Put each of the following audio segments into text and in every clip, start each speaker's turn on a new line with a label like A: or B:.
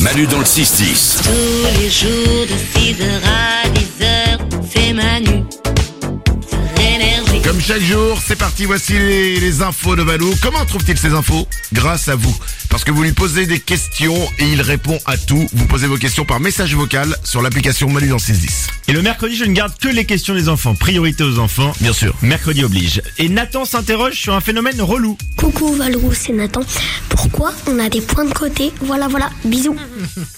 A: Manu dans le 6-10.
B: Tous les jours de 6h à 10h, c'est Manu sur énergie.
C: Comme chaque jour, c'est parti, voici les, les infos de Valou. Comment trouve-t-il ces infos Grâce à vous. Parce que vous lui posez des questions et il répond à tout. Vous posez vos questions par message vocal sur l'application Manu dans 610.
D: Et le mercredi, je ne garde que les questions des enfants. Priorité aux enfants.
C: Bien sûr.
D: Mercredi oblige. Et Nathan s'interroge sur un phénomène relou.
E: Coucou Valrou, c'est Nathan. Pourquoi on a des points de côté Voilà, voilà, bisous.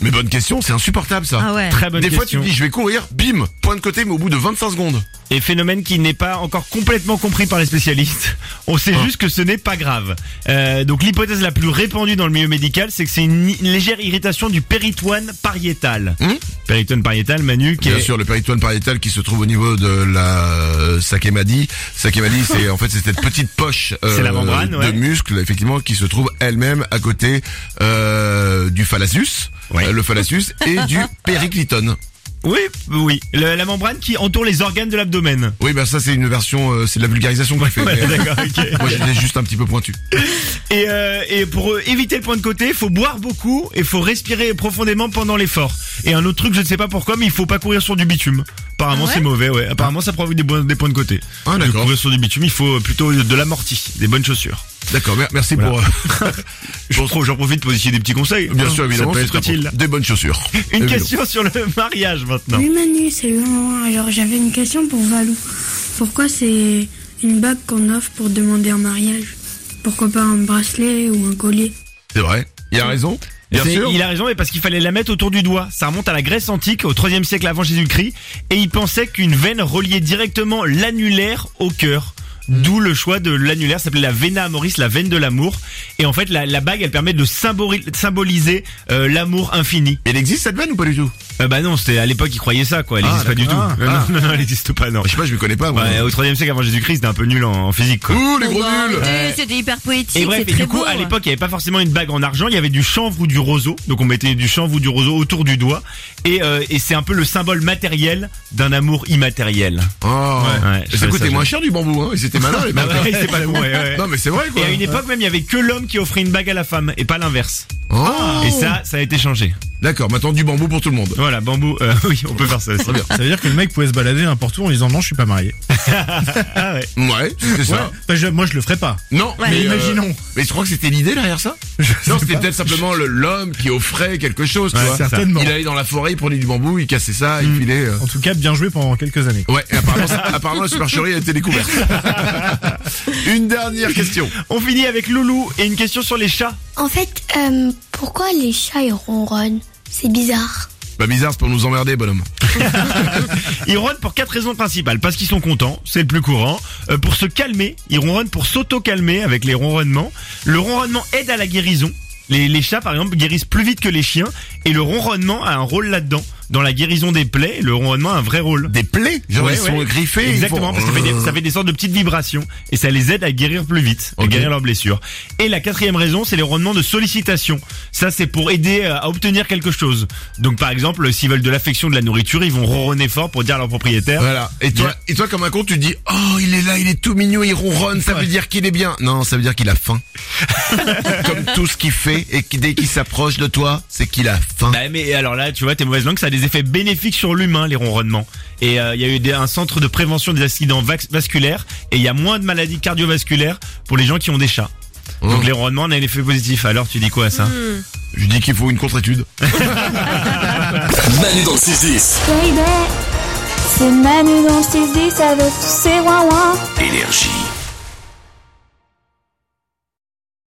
C: Mais bonne question, c'est insupportable ça.
F: Ah ouais.
D: Très bonne
C: Des fois, tu
D: question.
C: te dis, je vais courir, bim, point de côté, mais au bout de 25 secondes.
D: Et phénomène qui n'est pas encore complètement compris par les spécialistes. On sait
C: Oh.
D: juste que ce n'est pas grave. Euh, donc l'hypothèse la plus répandue dans le milieu médical, c'est que c'est une, une légère irritation du péritoine pariétal.
C: Hmm
D: péritoine pariétal, Manu, qui
C: Bien
D: est-
C: sûr, le péritoine pariétal qui se trouve au niveau de la euh, sakemadi. Sakemadi, c'est en fait c'est cette petite poche euh,
D: C'est la membrane,
C: de
D: ouais.
C: muscle, effectivement, qui se trouve elle-même à côté euh, du phallacius,
D: Ouais.
C: euh, le phallacius et du périclitone.
D: Oui, oui. Le- la membrane qui entoure les organes de l'abdomen.
C: Oui, ben ça c'est une version, euh, c'est de la vulgarisation que tu fais.
D: Ouais,
C: mais-
D: D'accord, ok.
C: Moi j'étais juste un petit peu pointu.
D: Et, euh, et pour euh, éviter le point de côté, faut boire beaucoup et faut respirer profondément pendant l'effort. Et un autre truc, je ne sais pas pourquoi, mais il faut pas courir sur du bitume. Apparemment,
F: Ah ouais
D: c'est mauvais. Ouais. Apparemment, ça provoque des, bo- des points de côté.
C: Ah,
D: De
C: d'accord.
D: Courir sur du bitume, il faut plutôt de l'amorti, des bonnes chaussures.
C: D'accord, mer- merci
D: Voilà.
C: pour. euh,
D: Je trouve- j'en profite pour essayer des petits conseils. hein.
C: bien sûr, évidemment,
D: ça peut
C: c'est
D: être
C: très
D: utile.
C: important. Des bonnes chaussures.
D: Une
C: Évidemment.
D: question sur le mariage maintenant.
G: Oui Manu, c'est le moment. Alors j'avais une question pour Valou. Pourquoi c'est une bague qu'on offre pour demander en mariage Pourquoi pas un bracelet ou un collier
C: C'est vrai. Il a raison. Bien
D: C'est-
C: sûr.
D: Il a raison, mais parce qu'il fallait la mettre autour du doigt. Ça remonte à la Grèce antique, au 3 siècle avant Jésus-Christ, et il pensait qu'une veine reliait directement l'annulaire au cœur. D'où le choix de l'annulaire, ça s'appelait la vena amoris, la veine de l'amour. Et en fait, la, la bague, elle permet de symbori- symboliser euh, l'amour infini.
C: Il existe cette veine ou pas du tout
D: Euh, bah non, c'était à l'époque, ils croyaient ça, quoi. Elle
C: Ah,
D: n'existe pas du tout.
C: d'accord.
D: non,
C: Ah.
D: non, non, elle n'existe pas, non.
C: Je sais pas, je me connais pas. moi.
D: Ouais, au 3 siècle avant Jésus-Christ, c'était un peu nul en, en physique, quoi.
C: Ouh, les gros
F: Bon, bah,
C: nuls.
F: arrêtez, C'était hyper poétique,
D: Et bref,
F: c'est
D: et
F: très
D: du coup,
F: beau. hein.
D: à l'époque, il n'y avait pas forcément une bague en argent, il y avait du chanvre ou du roseau. Donc on mettait du chanvre ou du roseau autour du doigt. Et, euh, et c'est un peu le symbole matériel d'un amour immatériel.
C: Oh,
D: Ouais, ouais,
C: ça
D: je trouvais ça
C: coûtait moins
D: joli.
C: cher du bambou, hein. Ils étaient malins, les
D: Bah
C: mecs.
D: ouais, c'est pas con, ouais, ouais.
C: Non, mais c'est vrai, quoi.
D: Et à une époque même, il y avait que l'homme qui offrait une bague à la femme et pas l'inverse.
C: Oh.
D: Et ça, ça a été changé.
C: D'accord, maintenant du bambou pour tout le monde.
D: Voilà, bambou. euh, oui, on peut faire ça aussi.
C: Très bien.
H: Ça veut dire que le mec pouvait se balader n'importe où en disant non, je suis pas marié.
D: Ah ouais.
C: Ouais, c'est
H: Ouais.
C: ça.
H: Enfin, je- moi, je le ferais pas.
C: Non,
F: Ouais.
C: mais. euh,
H: Imaginons.
C: mais je crois que c'était l'idée derrière ça
H: Je
C: Non,
H: sais
C: c'était
H: pas.
C: peut-être simplement le- l'homme qui offrait quelque chose, tu
H: Ouais,
C: vois.
H: certainement.
C: Il allait dans la forêt, il prenait du bambou, il cassait ça,
D: Mm.
C: il filait. euh.
H: En tout cas, bien joué pendant quelques années.
C: Ouais, et apparemment, ça- apparemment, la supercherie a été découverte. Une dernière question.
D: On finit avec Loulou et une question sur les chats.
E: En fait, euh, pourquoi les chats ils ronronnent C'est bizarre.
C: Bah, bizarre, c'est pour nous emmerder, bonhomme.
D: Ils ronronnent pour quatre raisons principales. Parce qu'ils sont contents, c'est le plus courant. Euh, pour se calmer, ils ronronnent pour s'auto-calmer avec les ronronnements. Le ronronnement aide à la guérison. Les, les chats, par exemple, guérissent plus vite que les chiens. Et le ronronnement a un rôle là-dedans. Dans la guérison des plaies, le ronronnement a un vrai rôle.
C: Des plaies Genre,
D: Ouais,
C: ils sont
D: ouais.
C: griffés. ils
D: Exactement,
C: font-
D: parce que ça fait, des, ça fait des sortes de petites vibrations et ça les aide à guérir plus vite, à
C: Ok.
D: guérir leurs blessures. Et la quatrième raison, c'est les rendements de sollicitation. Ça, c'est pour aider euh, à obtenir quelque chose. Donc, par exemple, s'ils veulent de l'affection, de la nourriture, ils vont ronronner fort pour dire à leur propriétaire.
C: Voilà. Et toi,
D: Bien.
C: et toi, comme un con, tu te dis, oh, il est là, il est tout mignon, il ronronne, ça veut dire qu'il est bien. Non, ça veut dire qu'il a faim. comme tout ce qu'il fait, et qui- dès qu'il s'approche de toi, c'est qu'il a faim.
D: Bah mais alors là, tu vois, tes mauvaises langues, ça a des effets bénéfiques sur l'humain, les ronronnements. Et euh, il y a eu des- un centre de prévention des accidents vax- vasculaires et il y a moins de maladies cardiovasculaires pour les gens qui ont des chats.
C: Oh.
D: Donc les ronronnements on a un effet positif. Alors tu dis quoi à ça
C: Je dis qu'il faut une contre-étude.
A: Manu dans le 6-10.
I: Baby, c'est Manu dans le 6-10 avec tous ses ouin
A: Énergie.